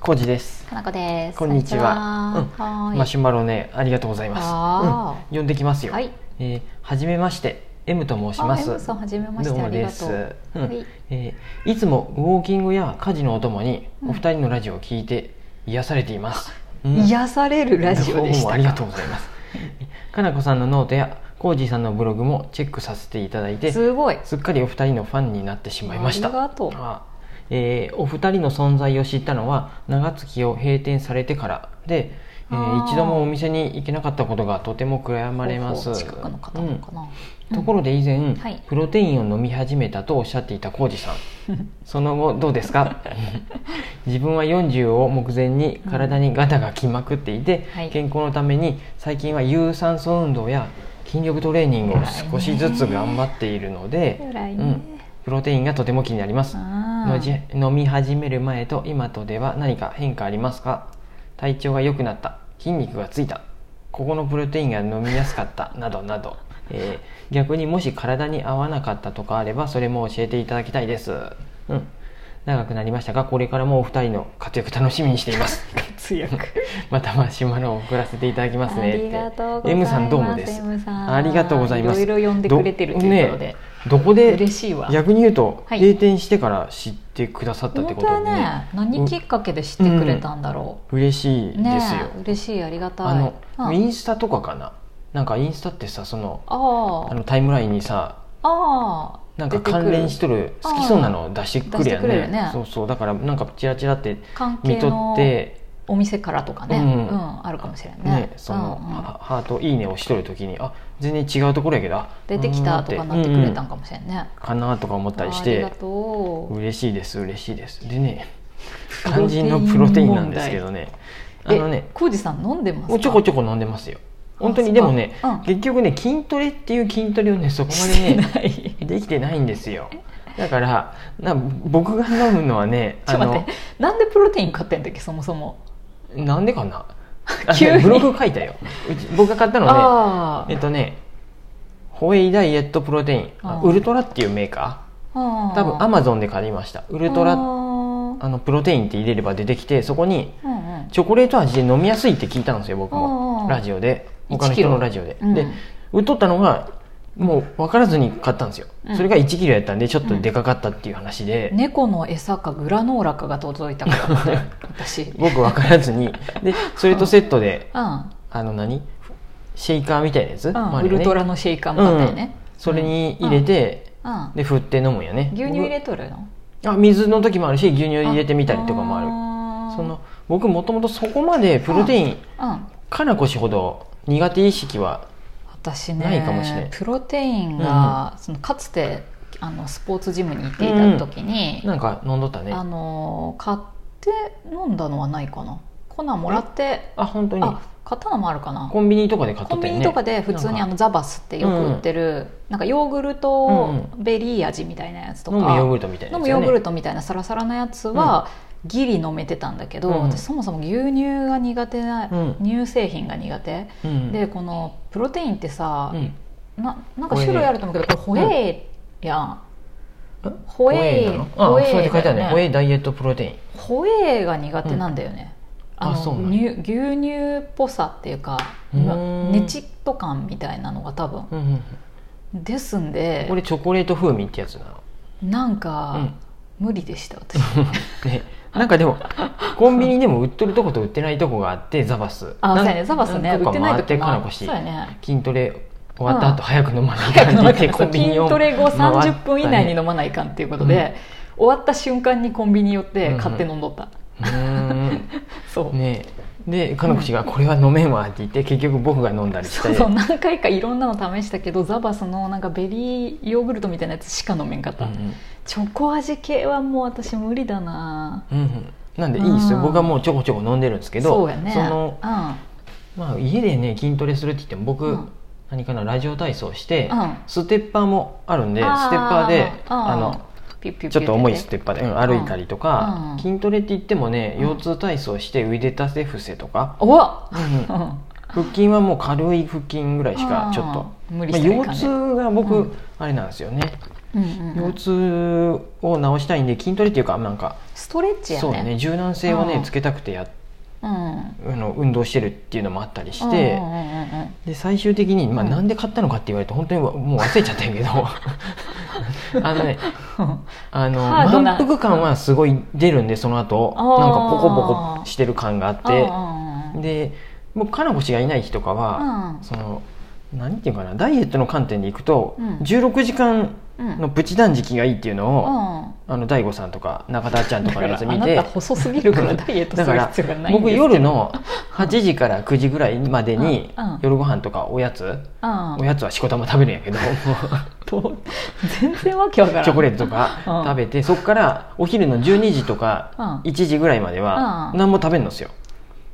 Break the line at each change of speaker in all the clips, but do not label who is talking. コージです。
かなこです。
こんにちは
こんにちははーい。
マシュマロね、ありがとうございま
あ
す。うん、呼んできますよ。
はい。
えーはじめまして、M と申します。
あ M さんはじめまして
どうもで
あ
す
りがと。
う
うんはい
えーいつもウォーキングや家事のお供に、お二人のラジオを聞いて癒されています。うん
癒されるラジオでし
どうも
た
ありがと
か。
うございます。 かなこさんのノートやコージさんのブログもチェックさせていただいて、
すごい。
すっかりお二人のファンになってしまいました
ありがとう
あえーお二人の存在を知ったのは長月を閉店されてからで、えー
あー
一度もお店に行けなかったことがとても悔やまれます
ほうほう近くの方なのかな。
うんところで以前、
はい
プロテインを飲み始めたとおっしゃっていた浩二さんその後どうです か自分は40を目前に体にガタがきまくっていて、
はい
健康のために最近は有酸素運動や筋力トレーニングを少しずつ頑張っているので、
偉い
うん
ね。
プロテインがとても気になります
あ
のじ
ー
飲み始める前と今とでは何か変化ありますか体調が良くなった筋肉がついたここのプロテインが飲みやすかった などなど、えー逆にもし体に合わなかったとかあればそれも教えていただきたいですうん長くなりましたがこれからもお二人の活躍楽しみにしています
活躍。
またマシュマロを送らせていただきます
あ
ねって
りがとうござい
M
ます。
さんどうもです、
M さん
ありがとうございます
いろいろ呼んでくれてるということで
ね、どこで
嬉しいわ。
逆に言うと、
はい
閉店してから知ってくださったって
本
こ
当
と
は
はね
ね、何きっかけで知ってくれたんだろ。
嬉しいうですよ、
ねえ、嬉しいありがたい。
あの、
うん
インスタとかかななんかインスタってさその
あ
あ
ー
のタイムラインにさ
あー。
なんか関連しとる好きそうなのを出してくるやん
出してくれる
ね
よね
そうそうだからなんかチラチラって
関
見
係
と
の
って
お店からとかね、
う
うんんあるかもしれないね
ねその、
うんうん
はハート「いいね」をしとる時にあ全然違うところやけどあ
出てきたとかなってくれたんかもしれんね、
うんかなとか思ったりし
あり
て
がと
嬉しいです嬉しいですでね
プロ
肝
テイ
心
ン
のプロテインなんですけどね
う
あのね
え浩二さん飲んでます
も
か
うちょこちょこ飲んでますよ本当にでもね、
あそううん
結局ね筋トレっていう筋トレをねそこま
し
で
て
ね
ない
できてないんですよだからな僕が飲むのはね
ちょ
あ
っと待っ
の
てなんでプロテイン買ってんだっけそもそも
なんでかなあ
急に
ブログ書いたようち僕が買ったのね
あ
えっとねホエイダイエットプロテインあ
うん
ウルトラっていうメーカー多分ア
マ
マゾンで買いましたウルト
う
ラ
んうん
あのプロテインって入れれば出てきてそこに
うん
チョコレート味で飲みやすいって聞いたんですよ僕
おうお
も
う
ラジオで他の人のラジオで、
うん
で売っとったのがもう分からずに買ったんですよ、
うん
それが1キロやったんでちょっとでかかったっていう話で、
猫の餌かグラノーラかが届いたからだよ私うん
僕分からずにでそれとセットで
うん、
あの何シェイカーみたいなやつ、まあ
ウルトラ
ね
のシェイカーもあったよね、
それに入れて、
うん
で振って飲むんよね
牛乳入れとるの
僕あ水の時もあるし牛乳入れてみたりとかもある
あー
その僕もともとそこまでプロテイン
うん
かなこしほど苦手意識は
私
ないかもしれん
ねプロテインが、そのかつてあのスポーツジムに行っていた時に、
なんか飲んどったね
あの買って飲んだのはないかな粉もらって
あ本当に
あ買ったのもあるかな
コンビニとかで買っと
コ
っ
ン
た
ビ
よ
ニ
ね
とかで普通にあ
なん
のザバスってよく売ってる、なんかヨーグルトベリー味みたいなやつとか、
飲むヨーグルトみたいなや
飲む
つよ
ヨ
ね
ーグルトみたいなサラサラなやつは、ギリ飲めてたんだけど、
うん
私そもそも牛乳が苦手な、
うん
乳製品が苦手、
うん
でこのプロテインってさ、
うん
ななんか種類あると思うけどこれホエイやん、
え
ホエイ
なのあそう
ホ
や
エ
っ
イ
て書いてあるね
だよね
ホエイダイエットプロテイン
ホエイが苦手なんだよね、
うん
あ
あそうな
の
ん
乳牛乳っぽさっていうか
う
ま
ーん
ネチッと感みたいなのが多分
うんうん
ですんで
これチョコレート風味ってやつなの
なん
う
か
ん、
無理でした私
ね、なんかでもコンビニでも売っとるとこと売ってないとこがあってザバス
あ
な
そ
ん
うやねザバスね
何個か
売ってない
回って
時も
か
あ
なこし
そうやね
筋トレ終わった後早く飲まない
早
か
く
ん
飲
っ
ま
て言って
な
コンビニ
筋
を
トレ後30分以内に
飲
飲まないかんっていうことで、終わった瞬間にコンビニ寄って買って飲んどった、そう、
ねでかなこしが「これは飲めんわ」って言って結局僕が飲んだりして
そうそう何回かいろんなの試したけどザバスのなんかベリーヨーグルトみたいなやつしか飲めんかった、
うんうん
チョコ味系はもう私無理だな
うんうんなんでいいですよ
うん
僕はもうちょこちょこ飲んでるんですけど
そうやね
その
うん
まあ、家でね筋トレするって言っても僕、
うん
何かなラジオ体操して、
うん
ステッパーもあるんで
あー
ステッパーで、
うん
あの
ピュッピュッピュッ
ちょっと重いス
て
テッパーで、うん歩いたりとか、
うん
筋トレって言ってもね
うん
腰痛体操して腕立て伏せとか、
おっ、
うんうん
うん、
腹筋はもう軽い腹筋ぐらいしかちょっと、
うん無理
まあ、
したらいかん
腰
ね
痛が僕、
うん
あれなんですよね
うんうんう
腰
ん
痛を治したいんで筋トレっていうかなんか
ストレッチやね
そうね柔軟性を
う
ね
ん
つけたくてや
うん
あの運動してるっていうのもあったりし
う
て
んうんうんうんうん
で最終的に、まあ、
うん
なんで買ったのかって言われて本当にわもう忘れちゃったんやけど あのねあの
ハードな
満腹感はすごい出るんでその後
あー
なんかポコポコしてる感があっ
うんうんうん
てで僕かなこ氏がいない日とかは、その何て言うかなダイエットの観点でいくと、
うん
16時間
うんうん
のプチ断食がいいっていうのを、
うん
あの大悟さんとか中田あっちゃんと
だ
か
か
の
ら
や
あ
つ見
な
て
た細すぎるからダイエットする必要がないんです
僕
けど
夜の8時から9時ぐらいまでに
うんうん
夜ご飯とかおやつ
うん
おやつはしこたま食べるん やけどもう
と全然わけわからん
チョコレートとか
うん
食べてそっからお昼の12時とか
うん
1時ぐらいまでは
うん
何も食べんのですよ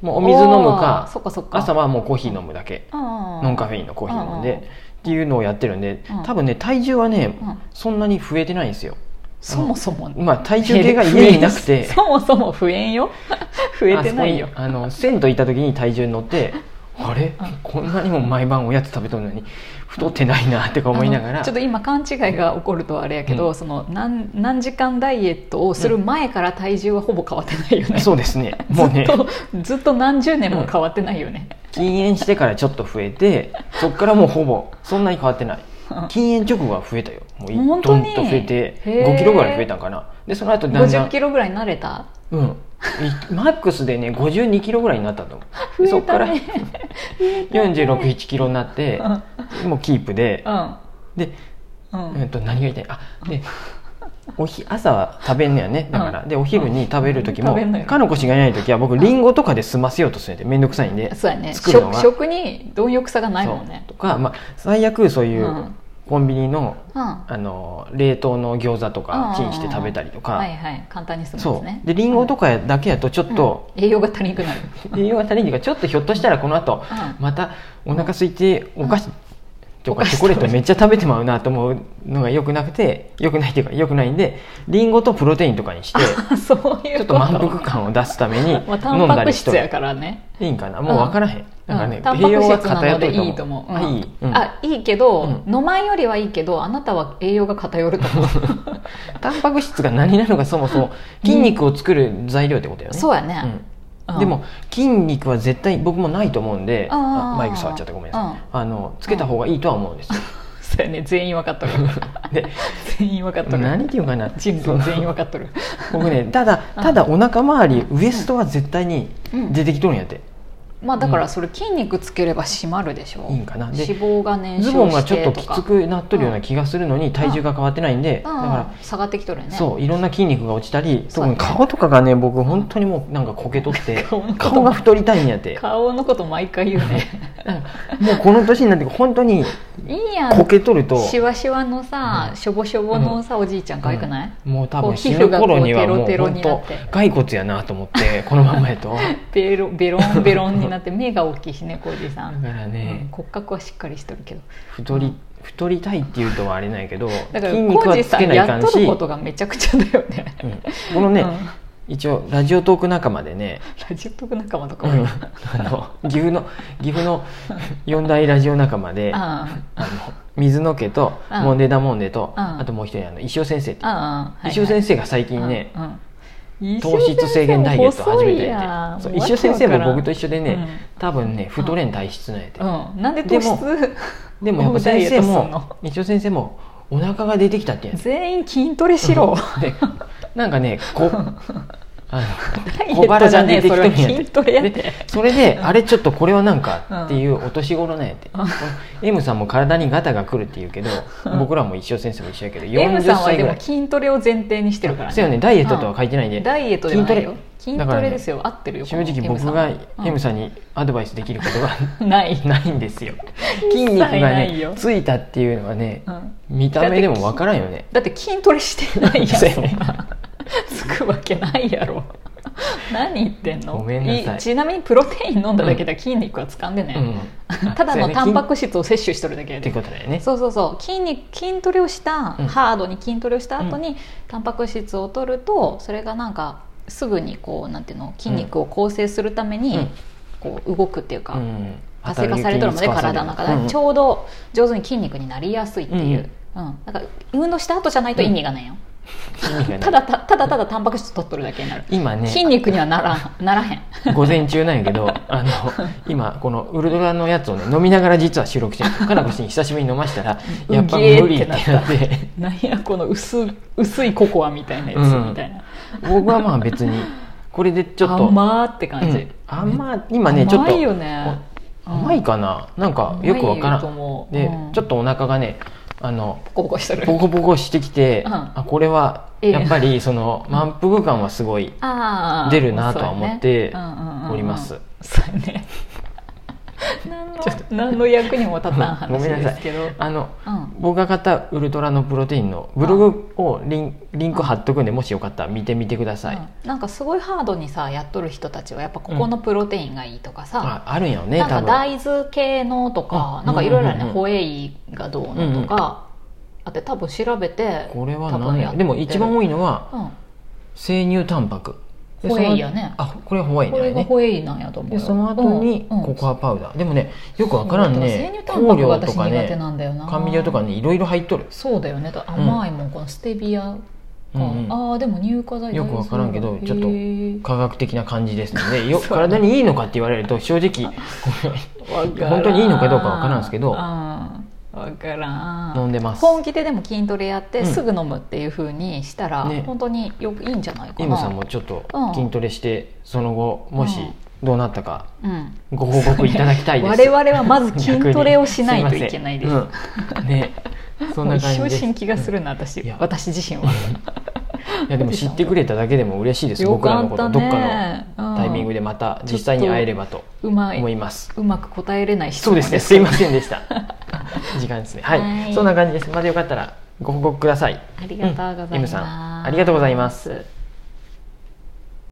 もうお水飲む
おー
か
そっかそっか
朝はもうコーヒー飲むだけノ
ノ
ンカフェインのコーヒー飲んで
う
っ
ん
ていうのをやってるんで
うん
多分ね体重はね
うん
そんなに増えてないんですよ
そもそも
まあ体重計が家になくて
そもそも不 縁よ増えてないよ
あそこにあの銭湯行った時に体重に乗 ってあれこんなにも毎晩おやつ食べとるのに太ってないなってか思いなが
あの
ら
ちょっと今勘違いが起こるとあれやけど、
うん
その何何時間ダイエットをする前から体重はほぼ変わってないよね、
そうですねもうね
ずっとずっと何十年も変わってないよね、
禁煙してからちょっと増えてそっからもうほぼそんなに変わってない
うん
禁煙直後は増えたよもう
本
ド
当
ン
に
と増えて
へー
5キロぐらい増えたんかなでその後だんだ
50
ん
キロぐらいになれた
うんいマックスでね52キロぐらいになったと思うで
増
そ
え
っか
た
ら
ね
461キロになってもうキープでで
うんうん、う
えっと何が言いたいあでおひ朝は食べんのやねだから、でお昼に食べる時も、
うん食べんのよ
かのこしがいない時は僕りんごとかで済ませようとするんで面倒くさいんで
ん、そうやね
作るの
食
が
食に貪欲さがないもんね
そうとか、まあ、最悪そういううんコンビニの,、
うんは
あの冷凍の餃子とかチンして食べたりとか、
いはい簡単に済むんです
そ
ね
うでりんごとかだけやとちょっと、
うん栄養が足りなくなる、
栄養が足りんっていうかちょっとひょっとしたらこの後
う
またお腹空いてお菓子と
お
か
菓子
チョコレートめっちゃ食べてまうなと思うのがよくなくてよくないっていうかよくないんでりんごとプロテインとかにしてち
ん、そういう
ょ
こと
っと満腹感を出すため に
まあ、タ
飲
ン
んだ
パク
りし
質
と
や
る
からね
いいんかなもう分からへんだから
う
ね
んタンパ
栄養が
ク質な
偏
の
っとる
で
と
い
思
いと思う、
う
うん
あいいうん
あいいけど、
う
飲まんよりはいいけどあなたは栄養が偏ると思う
タンパク質が何なのかそもそも筋肉を作る材料ってことよね
そうやね、
うん
うん
でも筋肉は絶対僕もないと思うんで
あー
あマイク触っちゃったごめんなさい
うん
あのつけた方がいいとは思うんですよ
そうやね全員分かっとる
で
全員分かっとる
何ていうかな
人類全員分かっとる
僕ね ただ
うん
ただお腹周りウエストは絶対に出てきとるんやって、
まあだからそれ筋肉つければ締まるでしょ
いいんかなで
脂肪が燃
ズボン
焼
が
し
ちょってと
と
き
か
つくなっとるような気がするのに体重が変わってないんで、だか
うん、下がってきとるよ
ら、
ね
そういろんな筋肉が落ちたり
そう
特に顔とかがね僕本当にもうなんかこけとって
顔のこと
顔が太りたいんやって
顔のこと毎回言う ね
もうこの年になって本当に
いいやん
こけとると
シワシワのさ、
うん
しょぼしょぼのさ、おじいちゃん可愛くない、
もう多
こう
分
皮
死
膚
ぬ
がこう
頃にはもう
テロテロ
本
になっ
当
て
骸骨やなと思ってこのままや と
ベロベロンベロンになって目が大きいしね浩二さ
だ
ん、
から
う
ね
ん骨格はしっかりしてるけど
太り太りたいっていうとはあれないけど
だから
筋肉
浩
は
二
つ
さ
け
ん
ない
や
か
っ
ん
とる
し
ことがめちゃくちゃだよね、
うんこのね、一応ラジオトーク仲間でね、
ラジオトーク仲間とか
う
も、
んあの岐阜の岐阜の四大ラジオ仲間であ
あ
の水野家と
うん
モンデダモンデと
うん
あともう一人あの石尾先生って
あああ
石尾先生が最近ね
うんうん
糖質制限ダイエットを始めて
石尾先生も細いやん
そう
もう
石尾先生も
わけわ
僕と
か
一緒で
うん
ね多分ね太れん体質なんやて
らんうん、なんで糖質
でもやっぱ先生
でもダイエット
も石尾先生もお腹が出てきたって言うんです
全員筋トレ しろ、
でなんかね こあ
ダイエ
の
ットじゃねえ
出てきとるん
それ
やて
は筋トレやって
でそれであれちょっとこれはなんかっていうお年頃なんやって、M さんも体にガタが来るって言うけど僕らも一生先生も一緒やけど
M
40
さんは
歳
で
ぐら
も
い
筋トレを前提にしてるから
そうよねダイエットとは書いてないんで、
ダイエットではないよ
筋トレ
筋ト
だからね
レですよ合ってるよこ
正
の
直
M
僕
さん
が
はうん
M さんにアドバイスできることが
ない、
ないんですよ筋肉が
一切ない
ね
よ
ついたっていうのはね
うん
見た目でもわからんよね
だって筋トレしてないやん
そうや
そん
ね
なつくわけないやろ 何言ってんの
ごめんなさい
ちなみにプロテイン飲んだだけでは筋肉はつかんでね、
うん
ただ
そうや
の
ね
タンパク質を摂取してるだけや
って
で
ことだよね
そうそうそう筋肉筋トレをした、
うん
ハードに筋トレをした後に、タンパク質を取るとそれがなんかすぐにこうなんていうの筋肉を構成するために、
うん
こう動くっていうか、
うん
活性化されとるので
働き
体
に
の
使わ
中
され
で、
る
ちょうど上手に筋肉になりやすいっていう、ううん、だから運動した後じゃないと意味がないよ、
意味がない
ただたただただタンパク質取っとるだけになる、
今ね
筋肉にはならんならへ ん
午前中なんやけ どあの今このウルトラのやつをね飲みながら実は収録してるかなこしに久しぶりに飲ましたら
うん
やっぱ
うげー
無理ってなって
なんやこの薄薄いココアみたいなやつ
うん
みたいな、
僕はまあ別にこれでちょっと
甘ーって感じ、
うんあんま今ねちょっ
甘い
と
よね
甘いかななんかよくわからん
ん
でちょ
っ
っとお腹がねあの
とポコポコしてる
ボコボコしてきて
うん
あこれは
ええ
やっぱりその満腹感はすごい
あー
出るなとは思って
そうやねうんうんうんうん
おります
そうやね何 の何の役にも立たん
ご
話
めんな
で
さ
す
い
けど
あの
うん
僕が買ったウルトラのプロテインのブログをリンリンク貼っとくんでもしよかったら見てみてください、
うんなんかすごいハードにさやっとる人たちはやっぱここのプロテインがいいとかさ、
ああるんやろね
なん
多
か
分
大豆系のとか
あ
なんかいろいろね、
うんうんうん
ホエイがどうのとか、あって多分調べて
これは
多分
何
やっ
や
てる
でも一番多いのは
うん
生乳タンパクで
ホエイやね
そのあこれはホエイ
こ
だ
れ
よ
が
ね
ホエイなんやと思う
で
よ
その後に
うんうん
ココアパウダー、でもねよくわからんね
そうだから生乳タンパクが私
香
苦手
ね
なんだよな
甘味料とかねいろいろ入っとる、
そうだよねだ甘いもん、このステビアか、
うんうん
ああでも乳化剤
よくわからんけど
大豆
ちょっと
へー
科学的な感じです のでよ
そうだ
体
ね
にいいのかって言われると正 直ごめん
わからん
本当にいいのかどうかわからんすけど
うんわからん
飲んでます
本気ででも筋トレやって
うん
すぐ飲むっていうふうにしたら、
ね
本当によくいいんじゃないか
イム
な
さんもちょっと
うん
筋トレしてその後もし
うん
どうなったか
うん
ご報告いただきたいです
我々はまず筋トレをしないと
逆に
いけないです
すませんうんねそん
も
な
う一
感じ
生
です
新気がす
うん
るな私
いや
私自身は
いやでも知ってくれただけでも嬉しいです
よ
僕ら
か
の
っ
こと
た
どっか
ね
のタイミング
で
でまた実際に会えればと
うま
思い
い
ます
うまく答えれない質
そうで
問
すねすいませんでした時間ですねはい、
はい
そんな感じですまたよかったらご報告ください
ありがとうござ
うん
います、
イムさんありがとうございます